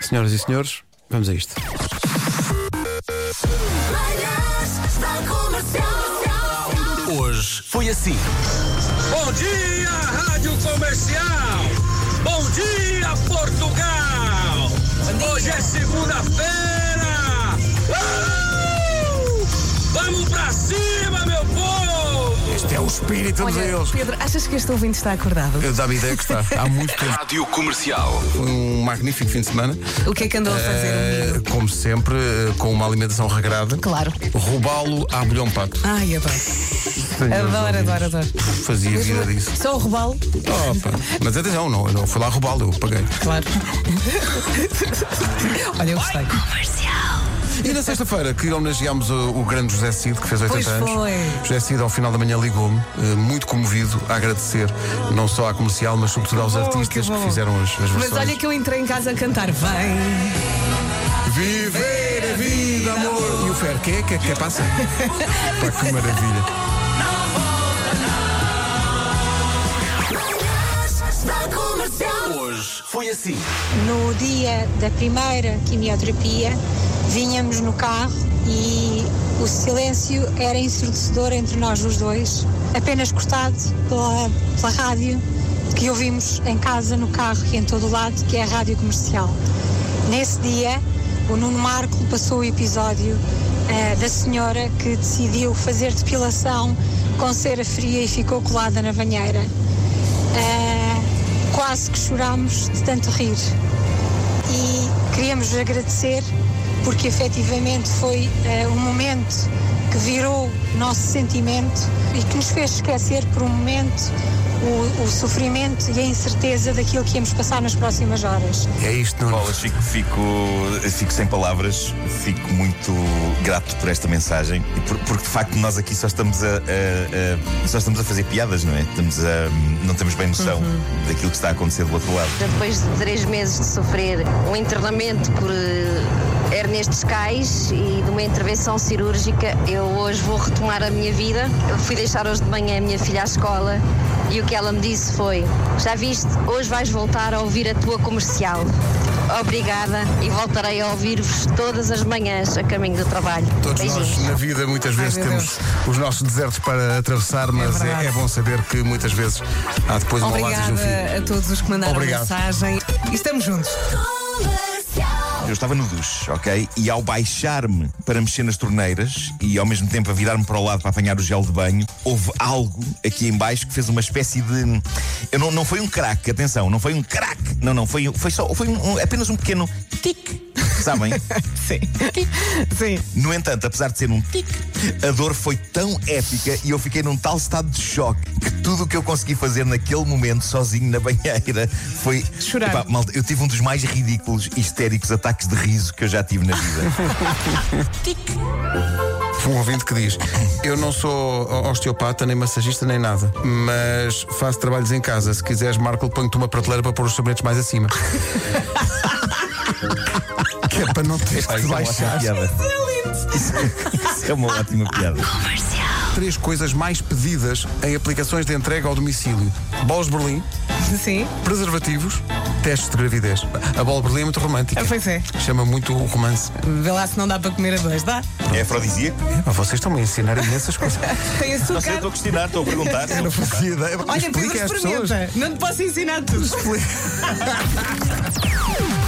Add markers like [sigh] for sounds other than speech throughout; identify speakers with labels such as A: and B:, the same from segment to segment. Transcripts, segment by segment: A: Senhoras e senhores, vamos a isto.
B: Manhãs da Comercial.
C: Hoje foi assim.
D: Bom dia, Rádio Comercial! Bom dia, Portugal! Hoje é segunda-feira! Uh! Vamos pra cima, meu povo!
C: Este é o espírito de
E: Olha,
C: Deus.
E: Pedro, achas que este ouvinte está acordado?
C: Eu dá-me ideia que está. [laughs] Há muito tempo.
F: Rádio Comercial.
C: Foi um magnífico fim de semana.
E: O que é que andou a fazer o
C: Eh,
E: menino?
C: como sempre, eh, com uma alimentação regrada.
E: Claro.
C: Roubá-lo à bolhão pato.
E: Ai, adoro. Adoro, adoro, assim. adoro.
C: Fazia vida disso.
E: Só o robalo?
C: Opa. Mas atenção, não, eu não fui lá roubá-lo, eu paguei. [laughs]
E: Claro. Olha, eu gostei.
C: E na sexta-feira que homenageámos o, o grande José Cid, que fez 80
E: Pois
C: anos.
E: foi.
C: José Cid, ao final da manhã, ligou-me, eh, muito comovido, a agradecer não só à comercial, mas sobretudo aos
E: bom, que
C: artistas que,
E: bom.
C: fizeram as, as versões.
E: Mas olha que eu entrei em casa a cantar. Vem!
C: Viver a vida, amor! E o Fer, que é? Que é que é passa? [laughs] Pá, que maravilha.
B: Manhãs da Comercial.
F: Hoje foi assim.
G: No dia da primeira quimioterapia, vinhamos no carro e o silêncio era ensurdecedor entre nós os dois, apenas cortado pela, pela rádio que ouvimos em casa, no carro e em todo o lado, que é a rádio comercial. Nesse dia, o Nuno Marco passou o episódio eh, da senhora que decidiu fazer depilação com cera fria e ficou colada na banheira. Ah, quase que chorámos de tanto rir. E queríamos agradecer porque efetivamente foi ah, um momento que virou o nosso sentimento e que nos fez esquecer por um momento o, o sofrimento e a incerteza daquilo que íamos passar nas próximas horas.
C: É isto, não
H: Bolas, fico, fico, fico sem palavras, fico muito grato por esta mensagem, e por- porque de facto nós aqui só estamos a, a- a- só estamos a fazer piadas, não é? Estamos a, não temos bem noção daquilo que está a acontecer do outro lado.
I: depois de três meses de sofrer um internamento por eh, hérnias discais e de uma intervenção cirúrgica, eu hoje vou retomar a minha vida. Eu fui deixar hoje de manhã a minha filha à escola e o que ela me disse foi: Já viste, hoje vais voltar a ouvir a tua comercial. Obrigada e voltarei a ouvir-vos todas as manhãs a caminho do trabalho.
C: Todos
I: Beijinhos.
C: nós na vida muitas vezes
E: meu
C: temos os nossos desertos para atravessar, mas é,
E: verdade.
C: é bom saber que muitas vezes há depois uma lata no fim.
E: Obrigada a todos os que mandaram
C: Obrigado.
E: mensagem. E estamos juntos.
B: Comercial.
H: Eu estava no duche, ok? E ao baixar-me para mexer nas torneiras e ao mesmo tempo a virar-me para o lado para apanhar o gel de banho, houve algo aqui em baixo que fez uma espécie de. Eu não, não foi um craque, atenção, não foi um craque. Não, não, foi, foi só. Foi um- um- apenas um pequeno tic. Sabem?
E: Sim. Sim.
H: No entanto, apesar de ser um tic, a dor foi tão épica e eu fiquei num tal estado de choque que tudo o que eu consegui fazer naquele momento, sozinho na banheira, foi.
E: Chorar.
H: Epá, malta, eu tive um dos mais ridículos e histéricos ataques de riso que eu já tive na [laughs] vida.
C: Um ouvinte que diz: Eu não sou osteopata, nem massagista, nem nada, mas faço trabalhos em casa. Se quiseres, Marco, ponho-te uma prateleira para pôr os sabonetes mais
E: [laughs]
C: acima. que é para não teres
H: Pá,
C: que te
H: isso é uma ótima
C: baixar.
H: piada. Isso, isso é uma ótima piada.
C: Três coisas mais pedidas em aplicações de entrega ao domicílio: Bolos Berlim,
E: Sim.
C: preservativos, testes de gravidez. A bola Berlim é muito romântica.
E: Ah, pois é.
C: Chama muito o romance.
E: Vê lá se não dá para comer a dois. Dá?
H: É afrodisíaco?
C: Ah, Vocês estão-me a ensinar imensas
E: [laughs]
C: coisas.
E: Tem
H: Não sei,
C: então
H: eu estou
E: açúcar.
H: a questionar, estou a perguntar.
C: Eu não fazia ideia.
E: Olha, Pedro,
C: Expliquem às pessoas.
E: experimenta. Não te posso ensinar tudo.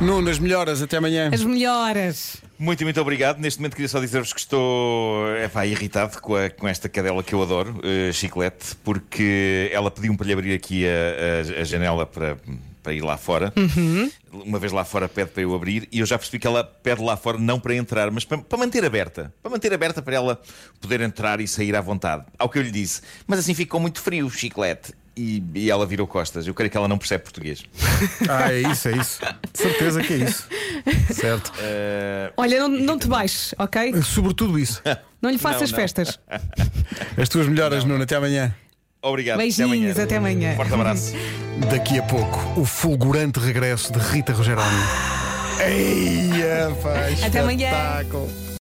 A: Nunas, melhoras, até amanhã.
E: As melhoras.
H: Muito, e muito obrigado. Neste momento queria só dizer-vos que estou epá, irritado com, a- com esta cadela que eu adoro, eh, Chiclete, porque ela pediu-me para lhe abrir aqui a, a- a janela para, para ir lá fora. Uma vez lá fora pede para eu abrir e eu já percebi que ela pede lá fora não para entrar, mas para, para manter aberta. Para manter aberta para ela poder entrar e sair à vontade. Ao que eu lhe disse, mas assim ficou muito frio, Chiclete. E, e ela virou costas. Eu creio que ela não percebe português.
C: Ah, é isso, é isso. De certeza que é isso. Certo.
E: Olha, não, não te baixes, ok?
C: É Sobretudo isso.
E: Não lhe faças
H: não.
E: festas.
C: As tuas melhoras, Nuno, até amanhã.
H: Obrigado.
E: Beijinhos, até amanhã.
H: Forte abraço.
C: Daqui a pouco, o fulgurante regresso de Rita Rogeroni. Eia, faz
E: Ah. Até amanhã.
C: espetáculo.